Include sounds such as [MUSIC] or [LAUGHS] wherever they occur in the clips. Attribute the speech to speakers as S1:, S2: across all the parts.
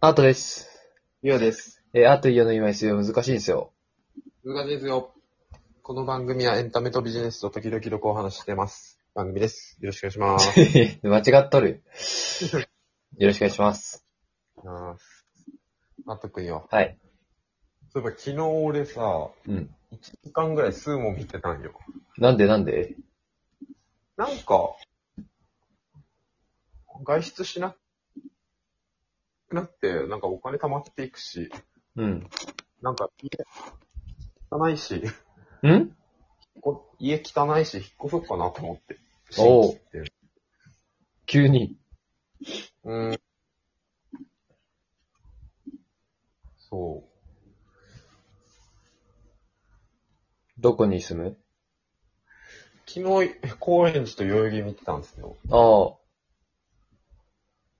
S1: アートです。
S2: ゆうです。
S1: えーアートイヤの今ですよ。難しいんですよ。 [LAUGHS]
S2: 難しいですよ。この番組はエンタメとビジネスと時々どこをお話ししてます。番組です。よろしくお願いします。
S1: 間違っとる。よろしくお願いします。
S2: あーあとくんよ。
S1: はい。
S2: そういえば昨日俺さ、
S1: うん。
S2: 時間ぐらい数も見てたんよ。
S1: なんでなんで
S2: なんか、外出しなくなって、なんかお金貯まっていくし、
S1: うん。
S2: なんか家、汚いし、
S1: ん
S2: こ家汚いし、引っ越そうかなと思って。
S1: おう
S2: 新規って
S1: 急に。
S2: うん。そ
S1: どこに住む
S2: う。昨日、高円寺と代々木見てたんですよ。
S1: あ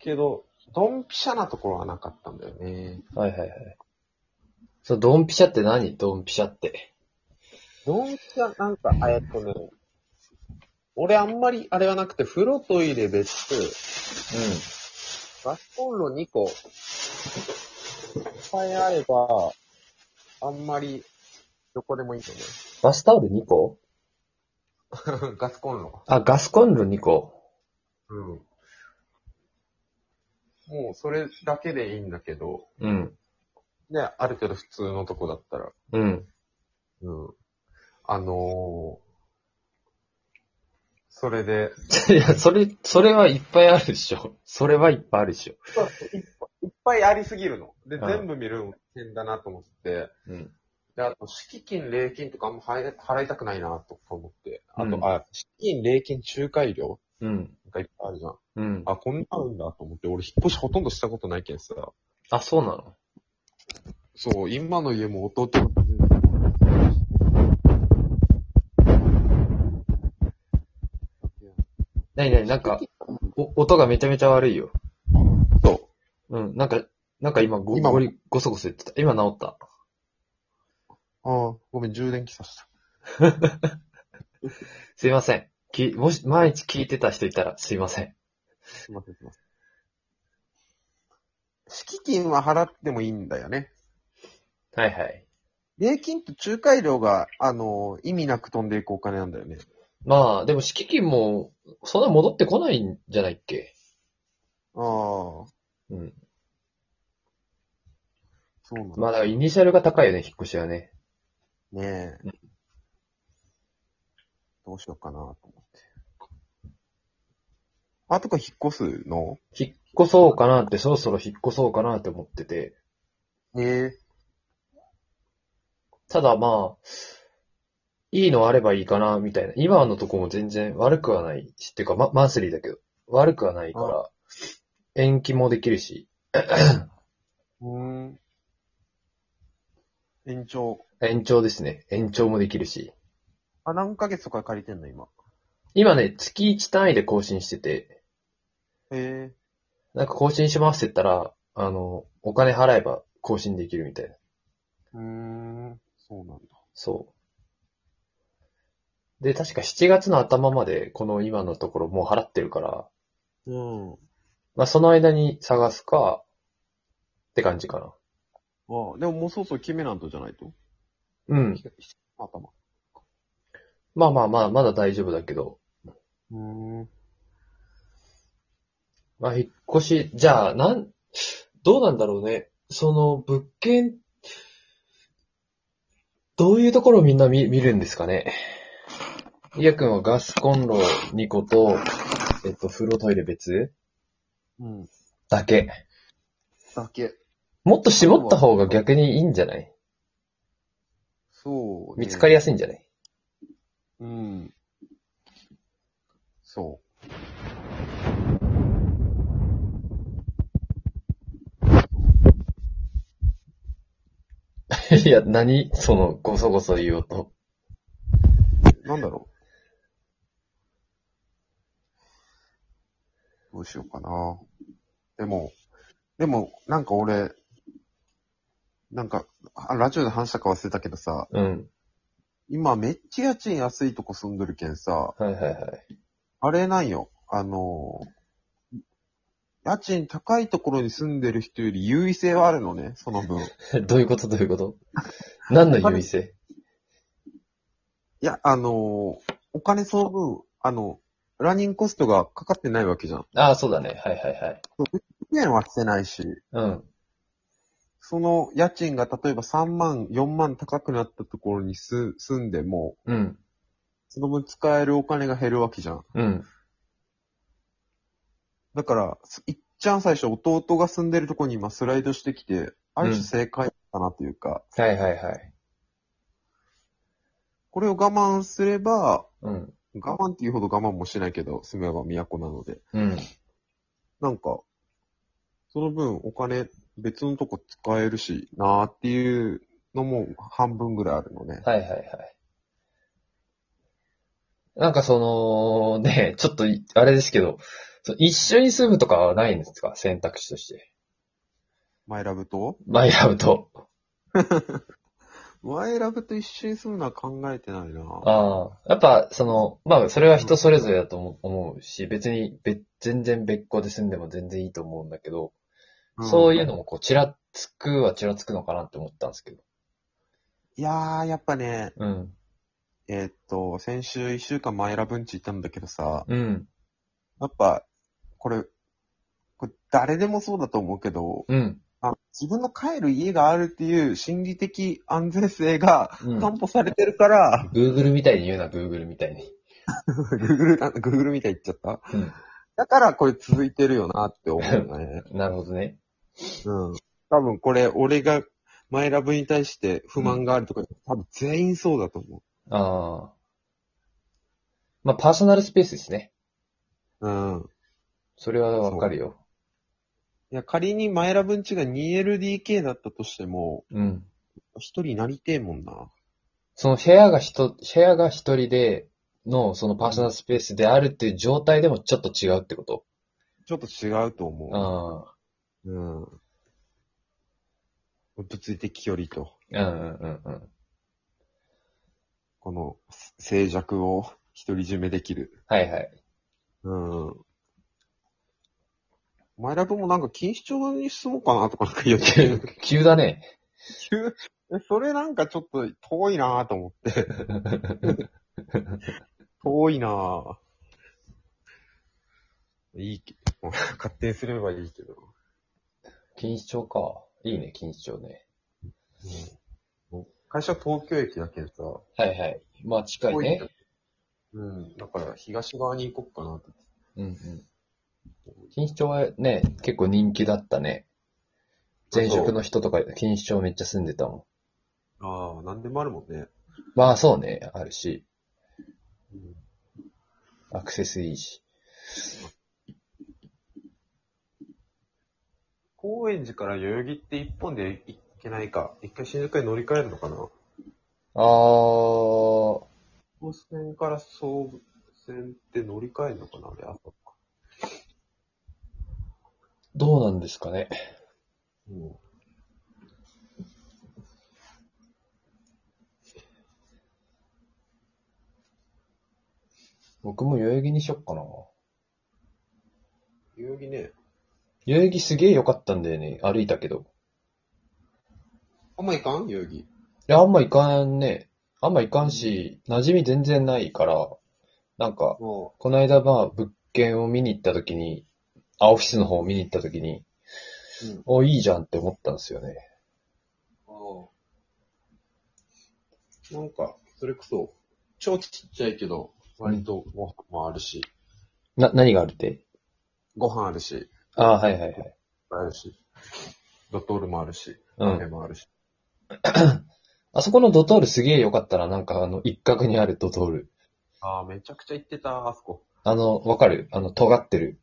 S2: けど、ドンピシャなところはなかったんだよね。
S1: あ。はいはいはい。そう、ドンピシャって何ドンピシャって。
S2: ドンピシャ、なんか、あ、えっとね、俺あんまりあれはなくて、風呂トイレ別、ガスコンロ2個、いっぱいあれば、あんまり、どこでもいいと
S1: うん。バスタオル2個
S2: 思 [LAUGHS] う。ガスコンロ。
S1: あ、ガスコンロ2個。
S2: うん。もうそれだけでいいんだけど、
S1: うん。
S2: ね、ある程度普通のとこだったら。
S1: うん。
S2: うん。あのー、それで、
S1: [LAUGHS] いや、それ、それはいっぱいあるでしょ。それはいっぱいあるでしょ。
S2: いっぱいいっぱいありすぎるの。で、
S1: うん
S2: 全部見るの変だなと思って、
S1: うん。
S2: で、あと、敷金、礼金とかあんま払い払いたくないなとか思って、あと、
S1: うん
S2: あ、敷金、礼金、仲介料
S1: うん。
S2: がいっぱいあるじゃん。
S1: うん。
S2: あ、こんなあるんだと思って、俺引っ越しほとんどしたことないけんさ。
S1: あ、そうなの
S2: そう、今の家も弟が
S1: なになになんか、お、音がめちゃめちゃ悪いよ。
S2: そ
S1: うん、なんか、なんか今ご、
S2: 今
S1: ごり、ごそごそ言ってた。今治った。
S2: う。ああ、ごめん、充電器さした。
S1: すいません。き、もし、毎日聞いてた人いたらすいません。
S2: すいません、すいません。敷金は払ってもいいんだよね。
S1: はいはい。
S2: 礼金と仲介料が、あの、意味なく飛んでいくお金なんだよね。
S1: まあ、でも、敷金も、そんな戻ってこないんじゃないっけ
S2: ああ、そ
S1: うん。
S2: うなんだ。
S1: まあ、だから、イニシャルが高いよね、引っ越しはね。
S2: ねえ。どうしようかなと思って。あとか引っ越すの
S1: 引っ越そうかなって、そろそろ引っ越そうかなって思ってて。
S2: ええ
S1: ただまあ、いいのあればいいかな、みたいな。今のとこも全然悪くはないし、っていうか、ま、マンスリーだけど、悪くはないから、延期もできるし、
S2: うん。延長。
S1: 延長ですね。延長もできるし。
S2: あ、何ヶ月とか借りてんの今。
S1: 今ね、月1単位で更新してて、
S2: へえ。
S1: なんか更新しますって言ったら、あの、お金払えば更新できるみたいな。
S2: うーん。そうなんだ。
S1: そう。で、確か7月の頭まで、この今のところもう払ってるから、
S2: うん。
S1: まあその間に探すか、って感じかな。
S2: ああ、でももうそろそろ決めなんとじゃないと。
S1: うん。
S2: 頭。
S1: まあまあまあ、まだ大丈夫だけど、
S2: うーん。
S1: まあ引っ越し、じゃあ、なん、どうなんだろうね。その、物件、どういうところをみんな見見るんですかね。いやくんはガスコンロ2個と、えっと、風呂トイレ別
S2: うん。
S1: だけ。
S2: だけ。
S1: もっと絞った方が逆にいいんじゃない
S2: そう、
S1: 見つかりやすいんじゃない
S2: うん。そ
S1: いや、何その、ごそごそ言おうと。
S2: う。なんだろう。どうしようかな。でも、でも、なんか俺、なんか、あラジオで話したか忘れたけどさ、
S1: うん。
S2: 今めっちゃ家賃安いとこ住んどるけんさ、
S1: はいはいはい。
S2: あれなんよ。あの、家賃高いところに住んでる人より優位性はあるのね、その分。い
S1: どういうことどういうこと何の優位性
S2: や、あのーお金その分、あの、ランニングコストがかかってないわけじゃん。
S1: ああ、そうだね。はいはいはい。
S2: 1円はしてないし、
S1: うん。
S2: その家賃が例えば3万、4万高くなったところにす住んでも、
S1: うん。
S2: その分使えるお金が減るわけじゃん。
S1: うん。
S2: だから、すいっちゃん最初弟が住んでるとこに今スライドしてきて、ある種正解かなというか、
S1: はいはいはい。
S2: これを我慢すれば、
S1: うん。
S2: 我慢っていうほど我慢もしないけど、住めば都なので。
S1: うん。
S2: なんか、その分お金別のとこ使えるしなーっていうのも半分ぐらいあるのね。
S1: はいはいはい。なんかその、ね、ちょっとい、あれですけど、そ一緒に住むとかはないんですか選択肢として。
S2: マイラブと
S1: マイラブと。
S2: マイラブと一緒に住むのは考えてないな
S1: ああ。やっぱ、その、まあ、それは人それぞれだと思思うし、別に、べ、全然別個で住んでも全然いいと思うんだけど、そういうの
S2: ん
S1: もこう、ちらつくはちらつくのかなって思ったんですけど。
S2: いやー、やっぱね、
S1: うん。
S2: えーっと、先週一週間マイラブんち行ったんだけどさ、
S1: うん。
S2: やっぱ、これ、これ誰でもそうだと思うけど、
S1: うん。
S2: あ自分の帰る家があるっていう心理的安全性が
S1: うん。
S2: 担保されてるから、
S1: Google みたいに言うな、Google みたいに。
S2: Google、あ Google みたいに言っちゃった
S1: うん。
S2: だからこれ続いてるよなって思うね。
S1: なるほどね。
S2: うん。多分これ、俺がマイラブに対して不満があるとか、多分全員そうだと思
S1: ああ。まあ、パーソナルスペースですね。
S2: う。うん。
S1: それはわかるよ。
S2: いや、仮にマイラブんちが 2LDK だったとしても、
S1: うん。
S2: 一人なりてえもんな。
S1: その部屋が人、部屋が一人での、そのパーソナルスペースであるっていう状態でもちょっと違うってこと
S2: ちょっと違うと思
S1: あ
S2: う。うん。物理的距離と、
S1: あ。うんうんうんうん。
S2: この静寂を独り占めできる。
S1: はいはい。 [LAUGHS]
S2: うん。マイラブもなんか錦糸町に住もうかなとかなんか言ってる。
S1: 急だね。
S2: [LAUGHS] 急えそれなんかちょっと遠いなぁと思って。 [LAUGHS] 遠いなぁ。いいけ、もう勝手にすればいいけど。
S1: 錦糸町か。いいね、錦糸町ね。
S2: うん会社東京駅だけどさ、
S1: はいはい。まあ近い
S2: 遠い
S1: ね
S2: けど。うん。だから東側に行こっかなって。
S1: うんうん。錦糸町はね、結構人気だったね。前職の人とか錦糸町めっちゃ住んでたもん。
S2: ああ、なんでもあるもんね。
S1: まあそうね、あるし、
S2: うん
S1: アクセスいいし。
S2: 高円寺から代々木って一本で行けないか。一回新宿に乗り換えるのかな
S1: あー、
S2: 総武線から総武線って乗り換えるのかなあれ、あそっか。
S1: どうなんですかね。
S2: うん。
S1: 僕も代々木にしよっかな。
S2: 代々木ね。
S1: 代々木すげえ良かったんだよね、歩いたけど。
S2: あんま行かん代々木。
S1: いや、あんま行かんね。あんま行かんし、馴染み全然ないから、なんか、
S2: も
S1: この間まあ、物件を見に行った時に、あ、オフィスの方を見に行った時に、
S2: うん
S1: お、いいじゃんって思ったんですよね。
S2: う、なんか、それこそ、超ちっちゃいけど、割とご飯もあるし、
S1: な、何があるって
S2: ご飯あるし、
S1: ああ、はいはいはい。
S2: あるし、ドトールもあるし、
S1: うん
S2: カフェもあるし。
S1: あそこのドトールすげえ良かったら、なんかあの、一角にあるドトール。
S2: ああ、めちゃくちゃ行ってた、あそこ。
S1: あの、わかるあの、尖ってる。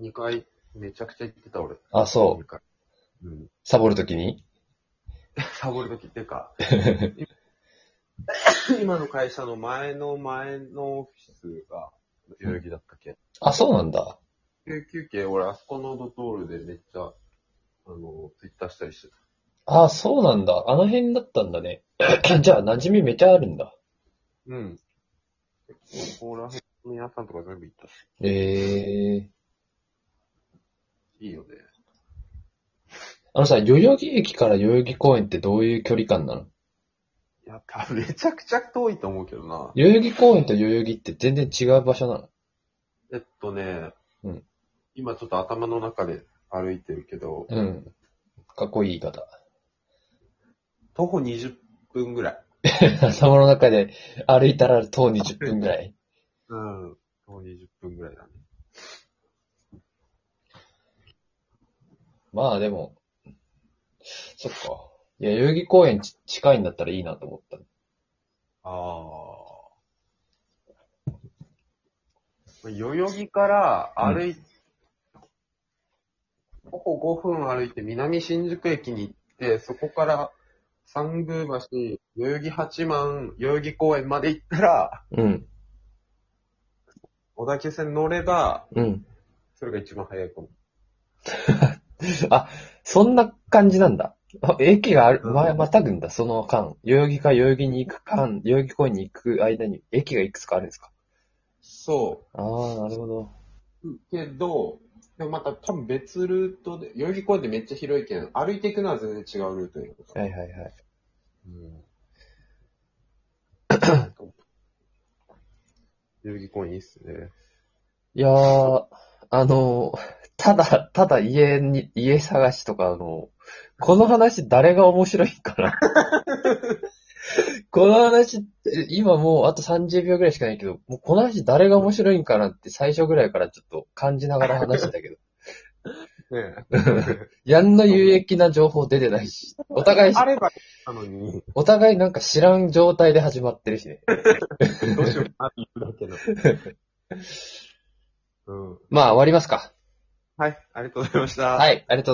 S2: 2回、めちゃくちゃ行ってた、俺。
S1: あそう
S2: 二回。うん。
S1: サボるときに。
S2: サボるときっていう [LAUGHS] か、今の会社の前の前のオフィスが、代々木だったっけ
S1: あ、そうなんだ。
S2: 休休憩、俺、あそこのドトールでめっちゃ、あの、ツイッターしたりしてた。
S1: あ、そうなんだ。あの辺だったんだね。 [CLEARS THROAT] じゃあ、馴染みめちゃあるんだ。
S2: うん。ここら辺の皆さんとか全部行ったし。
S1: ええ
S2: いいよね。
S1: あのさ、代々木駅から代々木公園ってどういう距離感なの
S2: いや、多分めちゃくちゃ遠いと思うけどな。
S1: 代々木公園と代々木って全然違う場所なの
S2: えっとね、
S1: うん
S2: 今ちょっと頭の中で歩いてるけど、
S1: うん。かっこいい言い方。 [LAUGHS]
S2: 徒歩20分ぐらい。
S1: 頭の中で歩いたら当20分ぐらい。
S2: うん。徒歩20分ぐらいだね。
S1: まあでも、そっか。いや、代々木公園ち近いんだったらいいなと思った。
S2: ああ。代々木から歩い、徒歩5分歩いて南新宿駅に行って、そこから三宮橋、代々木八幡、代々木公園まで行ったら、
S1: うん。
S2: 小田急線乗れば、
S1: うん。
S2: それが一番早いかも。
S1: そんな感じなんだ。あ駅がある、ま、またぐんだ、その間。代々木か代々木に行く間、代々木公園に行く間に駅がいくつかあるんですか
S2: そう。
S1: ああ、なるほど。
S2: けど、でもまた多分別ルートで、代々木公園ってめっちゃ広いけん、歩いていくのは全然違うルートになるから
S1: はいはいはい。
S2: うん。代々木公園いいっすね。
S1: いやー、あのー、ただ、ただ家に、家探しとかの、この話誰が面白いんか
S2: [LAUGHS]
S1: なこの話って、今もうあと30秒ぐらいしかないけど、もうこの話誰が面白いんかなって最初ぐらいからちょっと感じながら話してたけど、
S2: ね
S1: やんの有益な情報出てないし、お互いし
S2: あ、ればなのに、
S1: お互いなんか知らん状態で始まってるしね。
S2: どうしようかなって言うだ [LAUGHS] けの。うん。
S1: まあ終わりますか。
S2: はい、ありがとうございました。
S1: はい、ありがとうございます